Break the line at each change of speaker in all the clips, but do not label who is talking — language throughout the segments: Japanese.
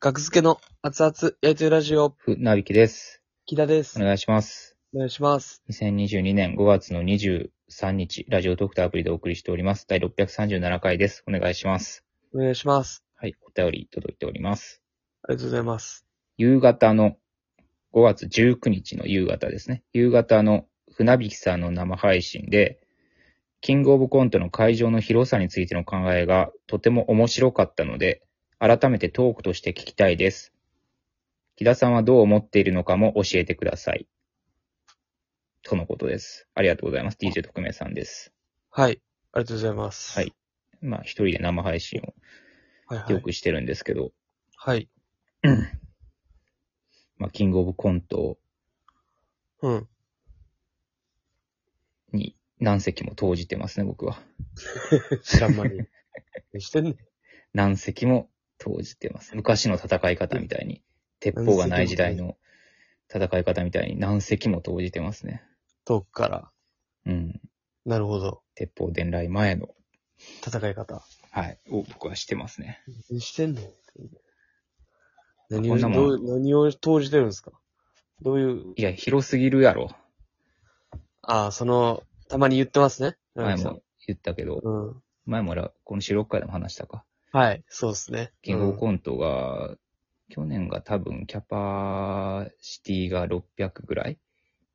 学付けの熱々やりとりラジオ、
ふなびきです。
木田です
お。願いします。
お願いします。
2022年5月の23日、ラジオトクターアプリでお送りしております。第637回です。お願いします。
お願いします。
はい、お便り届いております。
ありがとうございます。
夕方の、5月19日の夕方ですね。夕方の船引さんの生配信で、キングオブコントの会場の広さについての考えがとても面白かったので、改めてトークとして聞きたいです。木田さんはどう思っているのかも教えてください。とのことです。ありがとうございます。DJ 特命さんです。
はい。ありがとうございます。
はい。まあ、一人で生配信
はい
を
は
よ
い。
くしてるんですけど、
はい。
まあ、キングオブコント
うん。
に何席も投じてますね、僕は。
知らん間に。 何してんねん。
何隻も投じてます。昔の戦い方みたいに、鉄砲がない時代の戦い方みたいに何隻も投じてますね。
遠くから。
うん。
なるほど。
鉄砲伝来前の、
戦い方。
はい、を僕はしてますね。
何してんねん。何
こ
を、
んなもん
どう何を投じてるんですかどういう、
いや、広すぎるやろ。
ああ、その、たまに言ってますね。
前も言ったけど、
うん。
前もらこの収録会でも話したか。
はい。そうですね。
キングオブコントが、去年が多分キャパシティが600ぐらい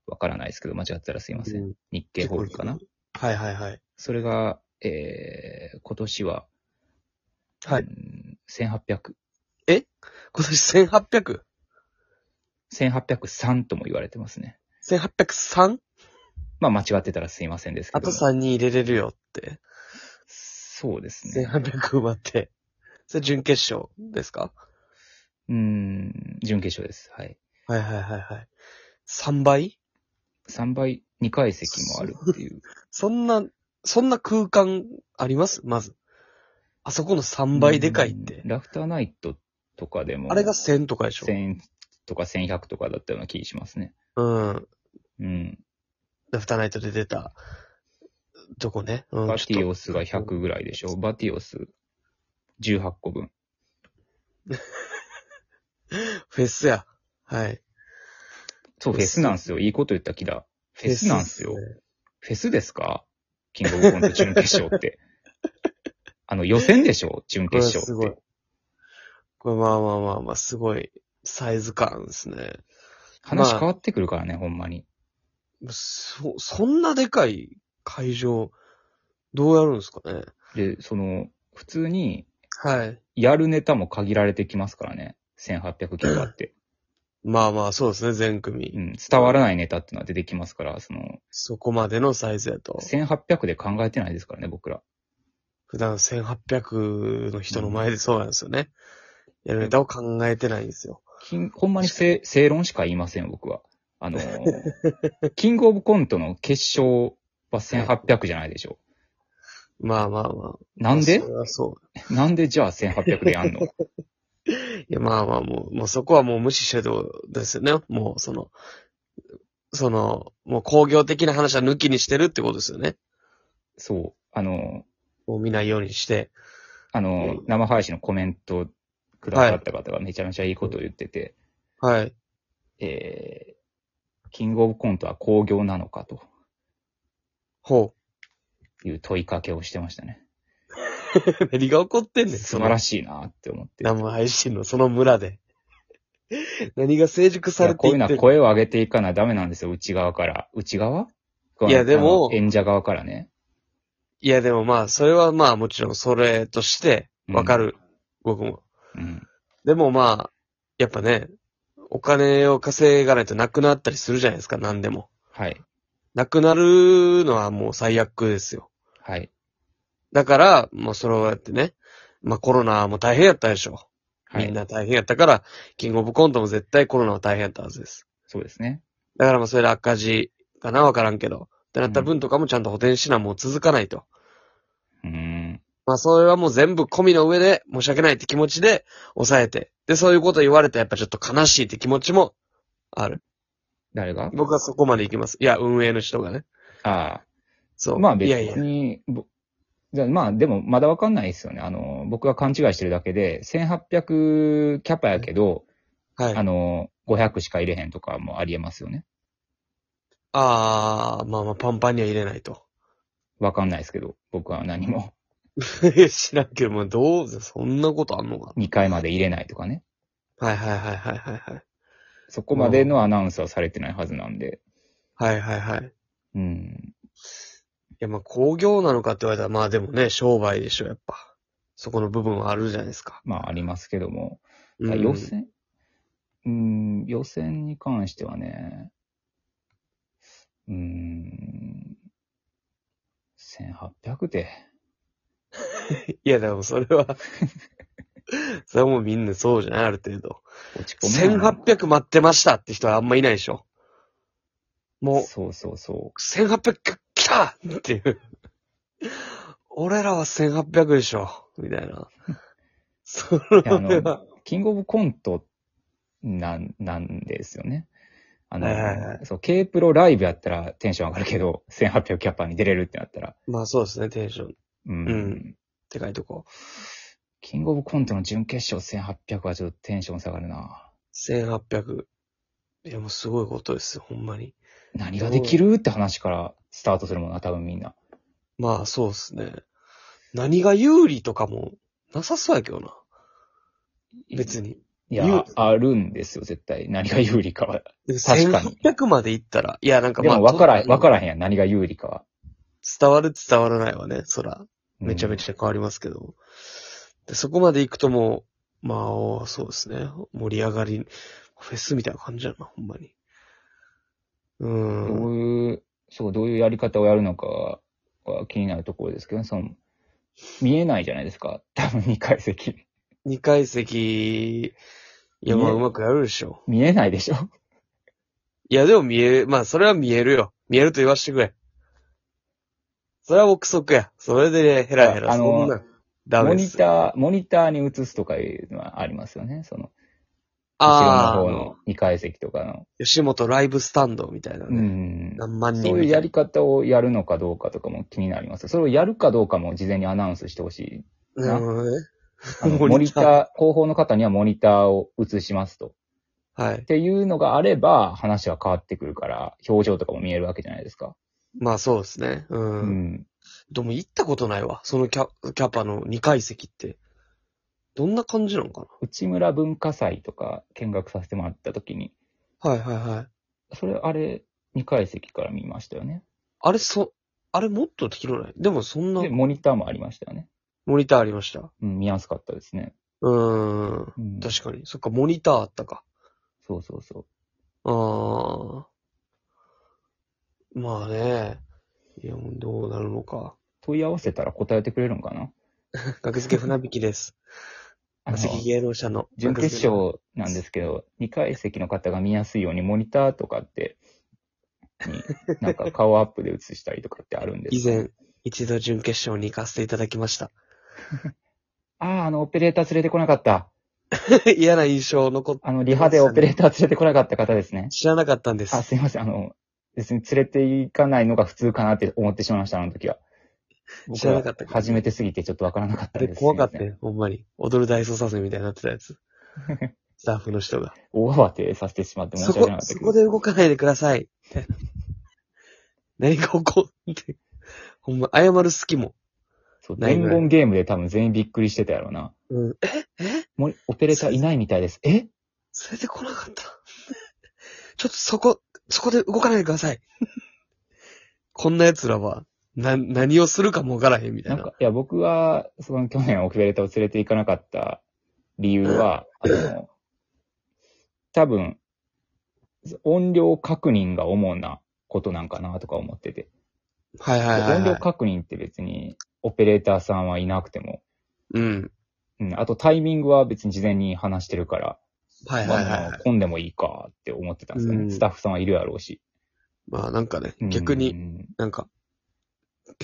わからないですけど、間違ってたらすいません。
うん
日経ホールかな
はいはいはい。
それが、えー、今年は、
はい
うん。1800。
今年 1800?1803?
1803とも言われてますね。まあ間違ってたらすいませんですけ
あ
ども。
と3人入れれるよって。
そうですね。
1800埋まって。それ準決勝ですか
うん、準決勝です。はい。
はいはいはいはい。3倍
3倍、2階席もあるっていう。
そんな、そんな空間ありますまず。あそこの3倍でかいっ
う
て
ん。ラフターナイトとかでも。
あれが1000とかでしょ
1000とか1100とかだったような気しますね。
うん。
うん。
ラフターナイトで出た、とこね。うん。
バティオ
ス。
スが100ぐらいでしょ。バティオス18個分。
フェスや。はい。
そう、フェスなんすよ。いいこと言った気だ。フェスなんすよ
フェ。スっ
フェスですかキングオブコント準決勝 って。あの、予選でしょ準決勝
これはすごい
って。。
これまあまあまあまあ、すごいサイズ感ですね。
話変わってくるからね、ほんまに。
そ、そんなでかい会場、どうやるんですかね
で、その、普通に、
はい。
やるネタも限られてきますからね。1800キロあって。
まあまあ、そうですね、全組。
うん。伝わらないネタっていうのは出てきますから、その、
そこまでのサイズやと。
1800で考えてないですからね、僕ら。
普段1800の人の前でそうなんですよね。やるネタを考えてないんですよ。
キンほんまに正正論しか言いません、僕は。あのー、 キングオブコントの決勝は1800じゃないでしょ。
まあまあまあ。
なんで
それはそ
なんでじゃあ1800でやんの
う。いやまあまあ、もう、もうそこはもう無視してどうですよね。もう、その、その、もう工業的な話は抜きにしてるってことですよね。
そう。あのー、
もう見ないようにして。
あのー、生配信のコメントくださった方がめちゃめちゃいいことを言ってて、
はい。
えー、キングオブコントは興行なのかと
ほ
いう問いかけをしてましたね。
う。 何が起こってんねん、
素
そ
晴
の
らしいなって思って。
生配信のその村で。 何が成熟さ
い
れ
や
て
こういう
い
の
って
は
る
声を上げていかなダメなんですよ、内側から。内側
いやでも
あの演者側からね。
いやでもまあ、それはまあもちろんそれとしてわかる、僕も。
うん。
でもまあ、やっぱね、お金を稼がないとなくなったりするじゃないですか、何でも。
はい。
なくなるのはもう最悪ですよ。
はい。
だから、もうそれをやってね、まあコロナも大変やったでしょ。
はい。
みんな大変やったから、キングオブコントも絶対コロナは大変やったはずです。
そうですね。
だからまあそれで赤字かなわからんけど。ってなった分とかもちゃんと補填しなもう続かないと。
うーん。
まあそれはもう全部込みの上で申し訳ないって気持ちで抑えて。で、そういうこと言われてやっぱちょっと悲しいって気持ちもある。
誰が
僕はそこまで行きます。いや、運営の人がね。
あ
そ
あ。
う。
まあ別
いやいや。
に、ぼじゃあまあ、でも、まだわかんないですよね。あの、僕が勘違いしてるだけで、1800キャパやけど、
はい。
あの、500しか入れへんとかもありえますよね。
ああ、まあまあ、パンパンには入れないと。
わかんないですけど、僕は何も。
知らんけど、まあ、どう、そんなことあんのか
2回まで入れないとかね。
な。はいはいはいはいはいはい。
そこまでのアナウンスはされてないはずなんで。
はいはいはい。い
うん。
や、まあ、工業なのかって言われたら、まあでもね、商売でしょ、やっぱ。そこの部分はあるじゃないですか。
まあ、ありますけども。
うん
予選、うん、予選に関してはね、うん、1800で。
いや、でもそれは、 それはもうみんなそうじゃない、ある程度。
落ち込むな。
1800待ってましたって人はあんまいないでしょ。もう、
そうそうそ
1800来たっていう。俺らは1800でしょ。みたいな。 それ
やあの
は。
う。キングオブコントなん、なんですよね。あの、
はいはいは
そう、K プロライブやったらテンション上がるけど、1800キャッパーに出れるってなったら、
まあそうですね、テンション。
うん。
うんでかいとこ。
キングオブコントの準決勝1800はちょっとテンション下がるな。
1800。いや、もうすごいことですよ、ほんまに。
何ができるって話からスタートするもんな、多分みんな。
まあそうですね。何が有利とかも、なさそうやけどな。別に。
い
言
や
う、
あるんですよ、絶対。何が有利かは。確かに
1800まで行ったら、いや、なんか
で
まあ。
も分から、
ちょっと
分からへんやん、何が有利かは。
伝わる伝わらないはね、そら。
うん
めちゃめちゃ変わりますけど。でそこまで行くともう、まあおー、そうですね。盛り上がり、フェスみたいな感じやな、ほんまに。う
ど
ーん。
ういう、そう、どういうやり方をやるのかは気になるところですけどね、その、見えないじゃないですか。 多分2階席。
二階席、いや、まあ、
ね
うまくやるでしょ。
見えないでしょ。
いや、でも見え、まあ、それは見えるよ。見えると言わしてくれ。それは憶測や。それでね、ヘラヘラ、
ああのー
そんなんダ
モ
メで
ニ
す。
ター、モニターに映すとかいうのはありますよね。その、後
あ
ろの方
あ
の、2階席とかの。
吉本ライブスタンドみたいな
う
ね。
ん。
何万人
そういう
みた
や
いな
り方をやるのかどうかとかも気になります。それをやるかどうかも事前にアナウンスしてほしい。
なるほどね。
あのモ
モ
ニ
ニ
タ
ター
ー、後方の方にはモニターを映しますと。っ
はい。
ていうのがあれば、話は変わってくるから、表情とかも見えるわけじゃないですか。
まあそうですね。
う
うん
ん。
でも行ったことないわ。そのキャキャパの2階席って。どんな感じなのか
内村文化祭とか見学させてもらった時に、
なはいはいはい。
それあれ、2階席から見ましたよね。
あれそ、あれもっと広ない。でもそんな
で、モニターもありましたよね。
モニターありました。
うん、見やすかったですね。
うーん。
うん、
確かに。そっか、モニターあったか。
そうそうそう。
あー。まあね。いや、もうどうなるのか。
問い合わせたら答えてくれるんかな
学付け船引きです。
あの
学付け芸能者の。
準決勝なんですけど、2階席の方が見やすいようにモニターとかって、になんか顔アップで映したりとかってあるんで す
以前、一度準決勝に行かせていただきました。
ああ、あの、オペレーター連れてこなかった。
嫌な印象残っ
あの、リハでオペレーター連れてこなかった方ですね。
知らなかったんです。
あ、すいません。あの、別に連れて行かないのが普通かなって思ってしまいました、あの時は。
知らなかった
僕は初めてすぎてちょっとわからなかっ
あ
た
れ
です。
怖かった
すいま
よ、ほんまに。踊る大捜査線みたいになってたや つ。スタッフの人が。
せん大慌てさせてしまって申
そ
し訳
こ
なか、った
そ
け
こ
ど。
で動かないでください。 みたいな何が起こって。ほんま、謝る隙も。
そう
ないぐ
伝
らい
言ゲームで多分全員びっくりしてたやろうな。
うん、ええ
もうオペレーターいないみたいです。え
連れてこなかった。 ちょっとそこ、そこで動かないでください。こんな奴らは、な、何をするかもわからへんみた
ないん
な。
か、いや、僕は、その去年オペレーターを連れて行かなかった理由は、あの、多分、音量確認が主なことなんかなとか思ってて。
はいはいはい、
音量
はい。
確認って別に、オペレーターさんはいなくても、
うん。
うん、あとタイミングは別に事前に話してるから、
はい
ま
はいはい
あ
はい。
混んでもいいかって思ってたんですよね。
うん
スタッフさんはいるやろうし。
まあなんかね、
うん
逆に、なんか、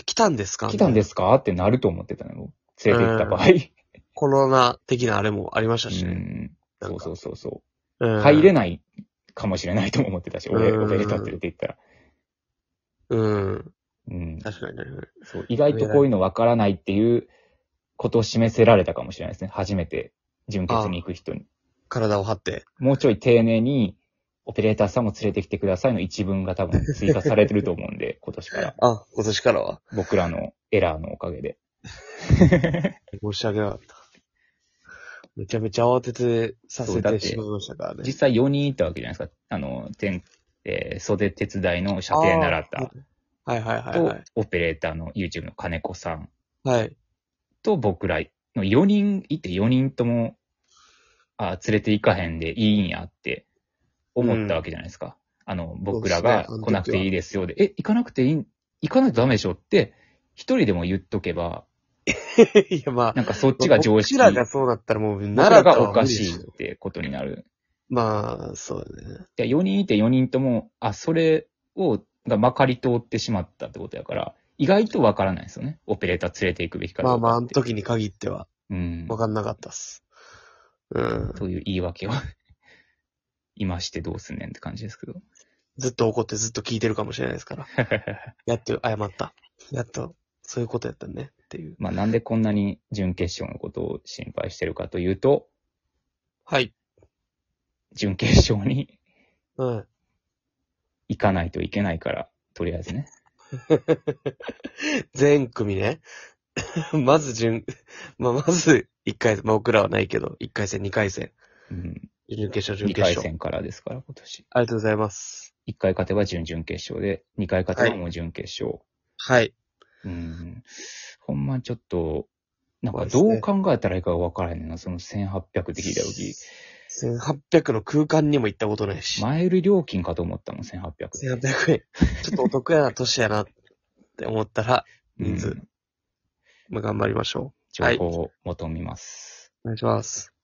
来たんですか
来たん
す
ですかってなると思ってたね、僕連れて行った場合。
コロナ的なあれもありましたし
う
ね。
ん
なん
そう
か
そうそうそう。
うん
入れないかもしれないとも思ってたし、俺、
うん
オペレーター連れて行ったら。
うん。
うん。
確かにね。
そう意外とこういうの分からないっていうことを示せられたかもしれないですね。初めて純潔に行く人に。
体を張って。
もうちょい丁寧に、オペレーターさんも連れてきてくださいの一文が多分追加されてると思うんで、今 年から。
あ、今年からは。
僕らのエラーのおかげで。
申し訳なかった。めちゃめちゃ慌ててさ
そ
せ
うだってて
しまいましたからね。
実際4人いたわけじゃないですか。あの、全、えー袖手伝いの射程習っ
あ
た
はいはいはい
と
はい。、
オペレーターの YouTube の金子さん
はい。
と僕らの4人いて4人とも、あ、連れて行かへんでいいんやって思ったわけじゃないですか。あの、僕らが
そうですね
来なくていいですよで、え、行かなくていい、行かないとダメでしょって、一人でも言っとけば、
いやまあ、
なんかそっちが常識。
僕らがそうだったらもう、
僕
奈
ら
良
が
とは
お
無
か
理で
しい
す
っ
よ
てことになる。
まあ、そうだね。
で、4人いて4人とも、あ、それを、がまかり通ってしまったってことやから、意外とわからないですよね。オペレーター連れて行くべきか
ま
ど
あ
う
まあ、
か
あ
っ
の
て。
時に限っては、
うん
わ。かんなかったっす。うん。
という言い訳を、 今してどうすんねんって感じですけど。
ずっと怒ってずっと聞いてるかもしれないですから。 やっと謝った。やっと、そういうことやったね。っていう。
まあなんでこんなに準決勝のことを心配してるかというと、
はい。
準決勝に
うん。
行かないといけないから、とりあえずね。
全組ね。 まず順、 まあ、まず、一回戦、まあ、僕らはないけど、一回戦、二回戦、
うん。
準決勝、準
2
決
回
勝。
戦からですから、今年。
ありがとうございます。
1回勝てば準々決勝で、2回勝てばもう準決勝。
はい。
うん。ほんまちょっと、なん
そう
か
です
ど
ね
う考えたらいいかがわからへんねんな、その1800って聞いた時。
1800の空間にも行ったことないし。
マイル料金かと思ったもん、1800って。
1800円。ちょっとお得やな、年やなって思ったら、
うん
人数まあ、頑張りましょ
情報を求めます。
う。お願いします。